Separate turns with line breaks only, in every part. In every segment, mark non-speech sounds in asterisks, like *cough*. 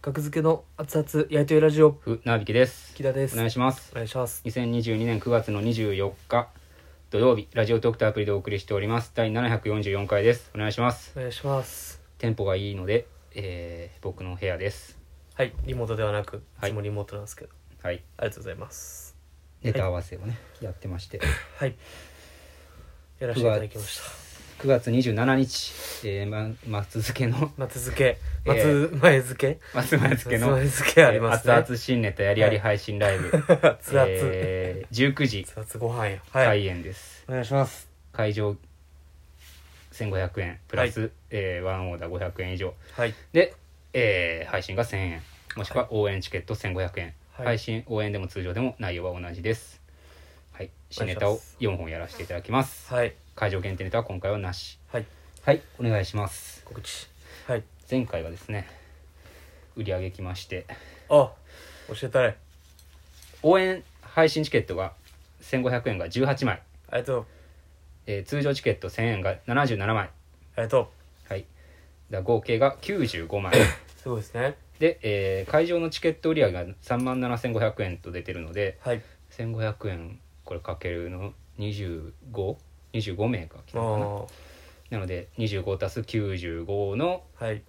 格付けの熱々焼いてるラジオ
ふなびきです
木田です
お願いします
お願いします
2022年9月の24日土曜日ラジオトークとアプリでお送りしております第744回ですお願いします
お願いします
テンポがいいので、えー、僕の部屋です
はいリモートではなくい
はい
つもリモートなんですけど、
はい
ありがとうございます
ネタ合わせをね、やってまして
はいやらせていただきました
9月27日、えー、ま松漬
*laughs*
けの
松漬け
え
松
ー
前漬け
松前漬け
松
の
前漬けありますね、
えー熱々新ネタやりやり配信ライブ、
熱々、
えー、19時
熱々ご飯やはい、
開演です、
お願いします
会場1500円プラス、えーワンオーダー500円以上
はい
で、えー配信が1000円もしくは応援チケット1500円、
はい
配信応援でも通常でも内容は同じですはい新ネタ
お願い
を
します
4本やらせていただきます、
はい
会場限定ネタは今回はなし
はい
はいお願いします
告知はい
前回はですね売り上げきまして
あ教えたい
応援配信チケットが1500円が18枚、
ありがとう
えー通常チケット1000円が77枚
ありがと
はいだ合計が95枚
*laughs* うすごいですね
で、えー会場のチケット売り上げが3万7500円と出てるので
はい
1500円これかけるの2525名が来
あ
たのか
ー
ななので25足す95の
はい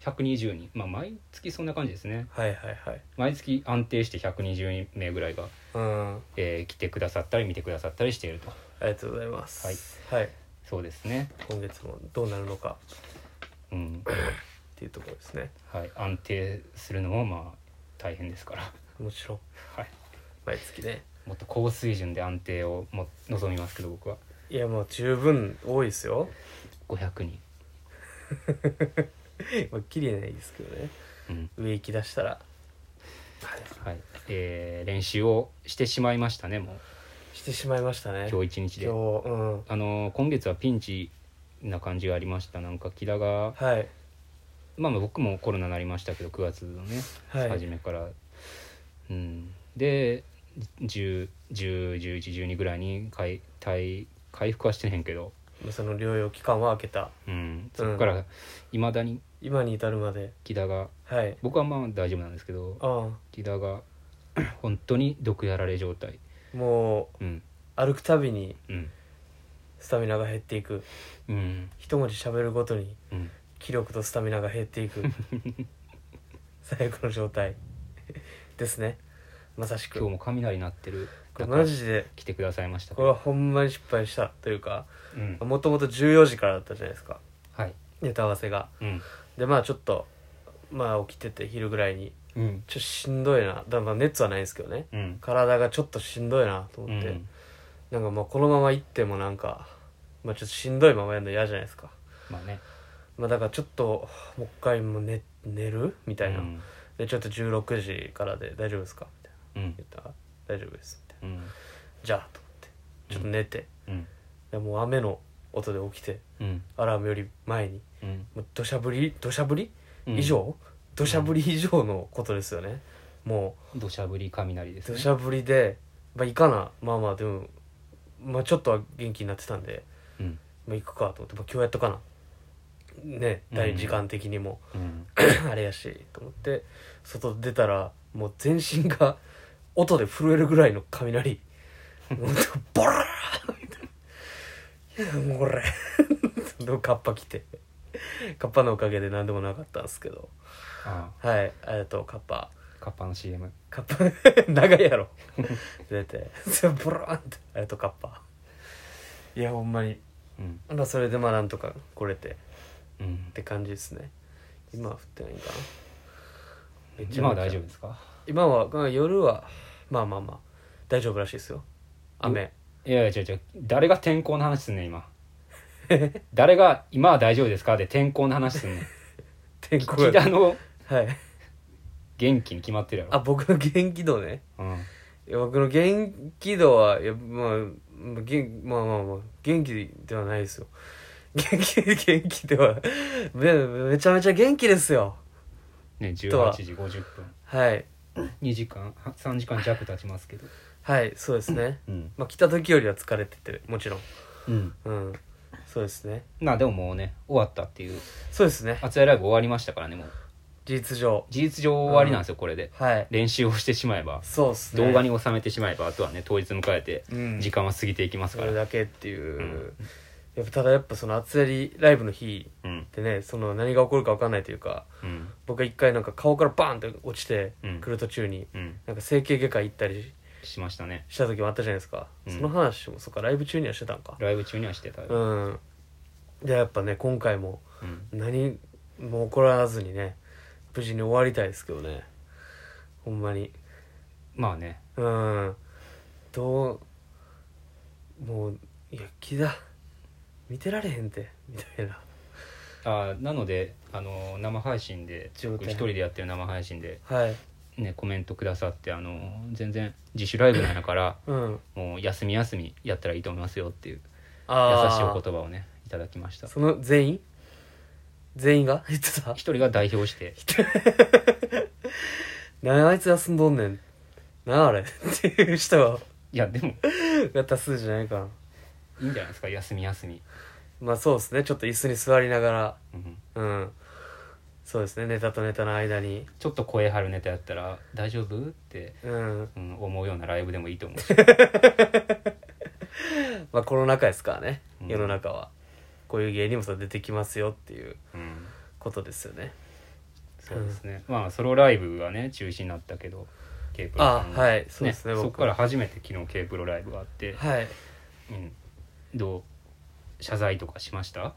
120人まあ毎月そんな感じですね
はいはいはい
毎月安定して120名ぐらいが、
うん
えー来てくださったり見てくださったりしていると
ありがとうございます。はい。
そうですね
今月もどうなるのかっ
うん
ていうところですね。
はい安定するのもまあ大変ですから
もちろん、
はい
毎月ね。
もっと高水準で安定をも望みますけど僕はい
や、もう十分多いですよ。 *laughs*
500人
まあ、綺麗ないですけどね。
うん
上行き出したら。
はい、えー練習をしてしまいましたねもう
してしまいましたね。
今日一日で
今日、うん。
あのー今月はピンチな感じがありましたなんか木田
は
が
い。
まあまあ僕もコロナになりましたけど9月のね、
はい
初めからうんで10111112ぐらいに回回回復はしてへんけど、
まあその療養期間は明けた。
うん、そこからいまだに
今に至るまで。
木田が
はい。
僕はまあ大丈夫なんですけど
あ
木田が *coughs* 本当に毒やられ状態
あ。もう
うん
歩くたびに
うん
スタミナが減っていく。
うん
一文字喋るごとに
うん
気力とスタミナが減ってい
*laughs*
く最悪の状態ですねまさしく
今日も雷鳴ってる
これ
中
マジで
来てくださいましたけ
これは
ど、
ほんまに失敗したというか
うん、
もともと14時からだったじゃないですか
はい
ネタ合わせが
うん
でまあちょっとまあ起きてて昼ぐらいに
うん
ちょっとしんどいなだまあ熱はないんですけどね
うん
体がちょっとしんどいなと思って、なんかまあこのまま行ってもなんかまあちょっとしんどいままやるの嫌じゃないですか
まあね
まあだからちょっともう一回もう寝寝るみたいな、
うん
でちょっと16時からで大丈夫ですか?」みたいな
うん
言ったら「大丈夫です」みたいな
うん
「じゃあ」と思ってちょっと寝て、
うん
でもう雨の音で起きて
うん
アラームより前に
うん
もう土砂降り土砂降り、
うん
以上土砂降り以上のことですよねも
土砂降り雷で
う土
すね
砂降りで、まあ、行かなまあまあでも、まあ、ちょっとは元気になってたんで、
うん
まあ、行くかと思って、まあ、今日やっとかなね大時間的にも、
うん
*clears throat* あれやしと思って外出たらもう全身が音で震えるぐらいの雷もうボラーみたいないやもうこれ *laughs* でもカッパ来てカッパのおかげで何でもなかったんですけど
あ
はいありがとうカッパ
あカッパの CM
カッパ *laughs* 長いやろ出てそれボラーンってありがとうカッパいやほんまに
うん
まあそれでまあなんとか来れて
うん
って感じですね今は降ってないんかなめちゃめちゃ
今は大丈夫ですか
今はまあ夜はまあまあまあ大丈夫らしいですよ雨
いやいや違う違う誰が天候の話すんねん今 *laughs* 誰が今は大丈夫ですかで天候の話す *laughs* んねん
天候
木田の
はい
元気に決まってるや
あ僕の元気度ね
ろうん
いや僕の元気度はいやまあまあ元まあまあまあ元気ではないですよ *laughs* 元気元気ではめめちゃめちゃ元気ですよ
ね18
とは
時50分
はい
2時間は3時間弱経ちますけど
はいそうです
*coughs*
ね
うん
まあ来た時よりは疲れててもちろん
うん
うんそうですね
まあでももうね終わったっていう
そうですね
熱いライブ終わりましたからねもう
事実上
事実上終わりなんですよこれで
はい
練習をしてしまえば
そうっすね
動画に収めてしまえばあとはね当日迎えて
うん
時間は過ぎていきます
そ
か
れ
ら
だけっていう、
うん
やっぱただやっぱその厚やりライブの日
うん
でねその何が起こるか分かんないというか
うん
僕が一回なんか顔からバーンって落ちて
うん
来る途中に、
うん
なんか整形外科行ったり
しましたね
した時もあったじゃないですか、
うん
その話もそっかライブ中にはしてたんか
ライブ中にはしてたよ
うんでやっぱね今回も
うん
何も起こらずにね無事に終わりたいですけどねほんまに
まあね
うんどうもういや気だ見てられへんてみたいな
あーなのであのー生配信で
状態
僕一人でやってる生配信で
はい
ねコメントくださってあのー全然自主ライブなんやから
うん
もう休み休みやったらいいと思いますよっていう優
あ
しいお
ー
言葉をねいただきました
その全員全員が言ってた
一人が代表して
何あいつ休んどんねんなあれ *laughs* っていう人が
いやでも
が多数じゃないかない
いんじゃないですか休み休み、
まあそうですねちょっと椅子に座りなが
うん、
らうんそうですねネタとネタの間に
ちょっと声張るネタやったら大丈夫って、
うん
うん、思うようなライブでもいいと思うし
まあコロナ禍ですからね
うん
世の中は、こういう芸人もさ出てきますよっていう
うん、
ことですよね
そうですね、まあソロライブがね中止になったけど K プロ
あ
さんの
はいそうですね
そ
僕
こから初めて昨日 K プロライブがあって、
はい
うん、どう謝罪とかしました
あ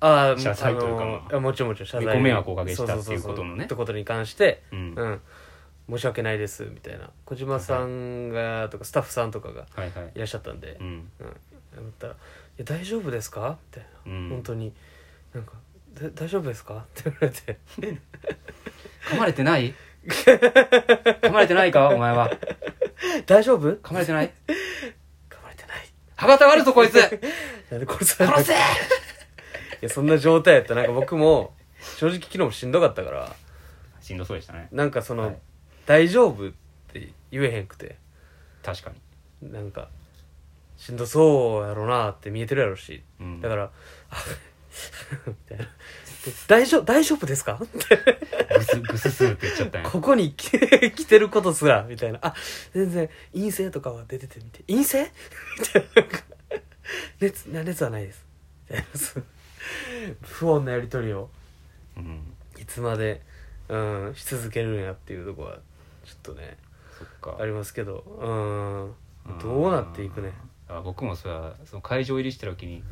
あ
謝罪というかまあ
もちろんもちろん謝罪
ご迷惑をおかけしたっていう
そそそ
ことのね
ってことに関して
うん、
う
はい
ん申し訳ないですみたいな小島さんがとかスタッフさんとかが
はい
いらっしゃったんで
うん
うん、思ったら「いや大丈夫ですか?」みたいな、
うん
本当になんか「だ大丈夫ですか?」って言われて
噛まれてない噛まれてないかお前は
「大丈夫
噛まれてない
噛まれてない
歯型があるぞこいつ殺」
なんでこれさ
せ
いやそんな状態やったなんか僕も正直昨日もしんどかったから
*laughs* しんどそうでしたね
なんかその「
はい
大丈夫」って言えへんくて
確かに
なんかしんどそうやろなって見えてるやろし、
うん
だから「あ *laughs* みたいなで大丈夫大丈夫ですか?」
グスグススーって言っちゃったんや
ここに来て来てることすらみたいなあ全然陰性とかは出ててみて陰性みたいななんか熱な熱はないですみたいなそう不穏なやり取りを
うん
いつまで、うん、し続けるんやっていうとこはちょっとね
そっか
ありますけどうんどうなっていくね
あ僕もそれはその会場入りした時に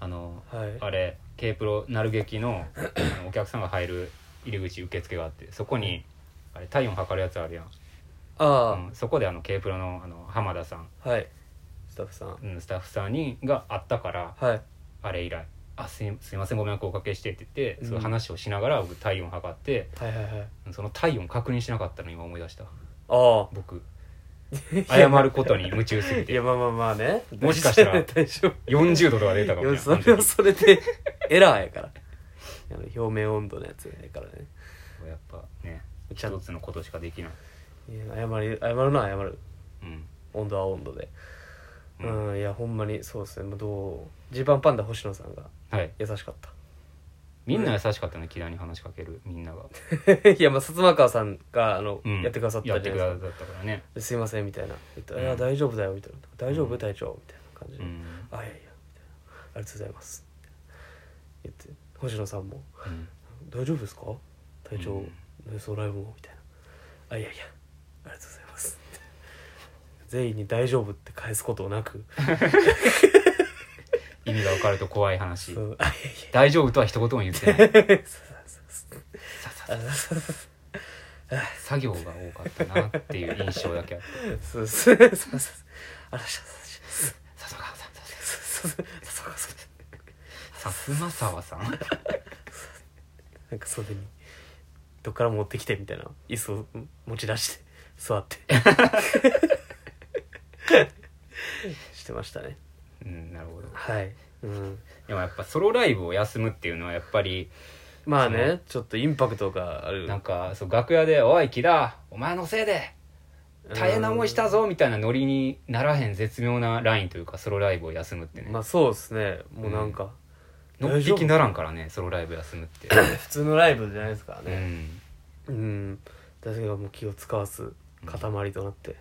あの
はい
あれ K プロなる劇のあのお客さんが入る入り口受付があってそこにあれ体温測るやつあるやん、
あ
うんそこであの K プロのあの浜田さん、
あはいスタッフさん
うん、スタッフさんにがあったから
はい
あれ以来「あすいすいませんご迷惑をおかけして」って言って、
うん
そういう話をしながら僕体温測って
はいはいはい
その体温確認しなかったの今思い出し
*laughs*
た
あ
僕謝ることに夢中すぎ
あい
て
やまあまあまあね
もしかしたら
大丈夫
40度とか出たかも
いや
しれ
そ
ない
れはそれで *laughs* エラーやからあの表面温度のやつやねからね
やっぱね
ちゃん
一つのことしかできない、
いや謝り謝るのは謝る
うん、
温度は温度でう
うん
ん、いやほんまにそうですねもうどうジーパンパンダ星野さんが
はい
優しかっ
みんな優しかったね嫌いに話しかけるみんなが、
た *laughs* いやまあ薩摩川さんがあの、
うん
やってくださったじゃ
や
な
っ
いで
て
す
く
か
ださったからね
ですいませんみたいな言ったら「
うん
いや大丈夫だよ」みたいな「大丈夫
うん
体調」みたいな感じ
う
で「
ん、
あいやいや」みたいな「ありがとうございます」言って星野さんも
うん
大丈夫ですか体調、
うん
ねそうライブもみたいなあいやいやありがとうございます全員に「大丈夫」って返すことなく
意味が分かると怖い話
そうあい
大丈夫とは一言も言ってない
やいや
ささ作業が多かったなっていう印象だけあった
そうそうそうそうそうあらしゃ
笹川さん笹
そ
川
うそうそうそう
さんさすまさわさん
なんか袖にどっから持ってきてみたいな椅子を持ち出して座って
*laughs*
してましたね
うんなるほど
はい、うん、
でもやっぱソロライブを休むっていうのはやっぱり
まあねちょっとインパクトがある
なんかそう楽屋で「おい木田お前のせいで大変な思いしたぞ」みたいなノリにならへん絶妙なラインというかソロライブを休むってね
まあそうですねもうなんか、
のっぴきならんからねソロライブ休むって、
普通のライブじゃないですから
う
*laughs* ね、
ん、
うん誰がもう気を使わす塊となって、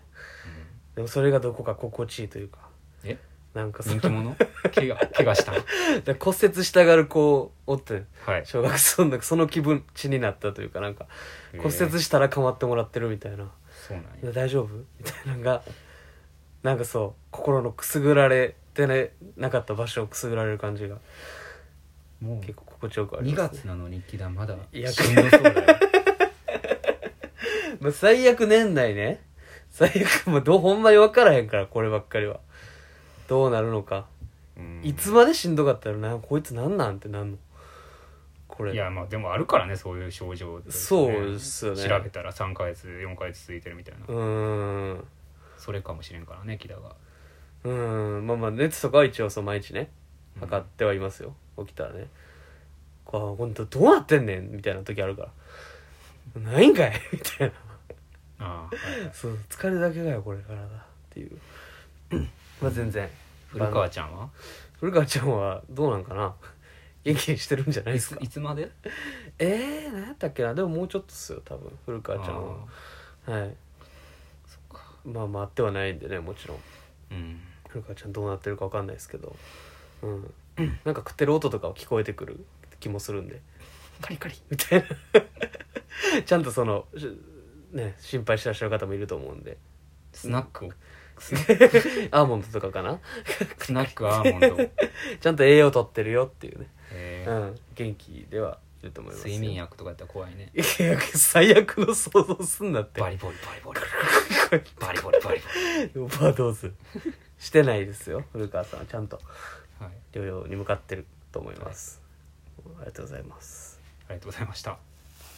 でもそれがどこか心地いいというか
え
なんかそ
人
の
気
*laughs*
者怪我怪我したん
だから骨折したがる子おって
はい
小学生の時その気分地になったというかなんか
えー
骨折したら構ってもらってるみたいな
そうなん
いや
や
大丈夫みたいなのがなんかそう心のくすぐられて、ね、なかった場所をくすぐられる感じが
も
結
う
構心地よくあり
2
ます、
月なのに木田まだ
いや
しんどそうだよ
まあ、最悪年内ね最悪もうどうほんまに分からへんからこればっかりはどうなるのか、
うん
いつまでしんどかったらなこいつなんなんってなんのこれ
いやまあでもあるからねそういう症状って
そうですよね
調べたら3ヶ月4ヶ月続いてるみたいな、
うーん
それかもしれんからね木田が
うーんまあまあ熱とかは一応そう毎日ね
うん
測ってはいますよ、起きたらねこう本当どうなってんねんみたいな時あるからないんかいみたい
ああ、はいはい
なそう疲れだけがよこれからだっていうまあ全然
古川ちゃんは
古川ちゃんはどうなんか
*laughs*
な元気にしてるんじゃない
い
です
つ
か
いつまで
ええー、何やったっけなでももうちょっとっすよ多分古川ちゃんははい
そっか
まあ待ってはないんでねもちろん
うん
古川ちゃんどうなってるか分かんないですけど
*clears throat*
うんなんか食ってる音とかは聞こえてくる気もするんで
カリカリ
みたいなちゃんとそのしね心配してらっしゃる方もいると思うんで
スナックをスナ
アーモンドとかかな
スナックアーモン *laughs* ド、
ちゃんと栄養とってるよっていうね、
え
う
ー
ん、元気ではいると思いますよ
睡眠薬とかやったら怖いね
いやいや最悪の想像すんなって
バリボリバリボリバリボリバリボ
*laughs* オーバードーズしてないですよ古川さんはちゃんと
リはい
療養に向かってると思います、ありがとうございます
ありがとうございました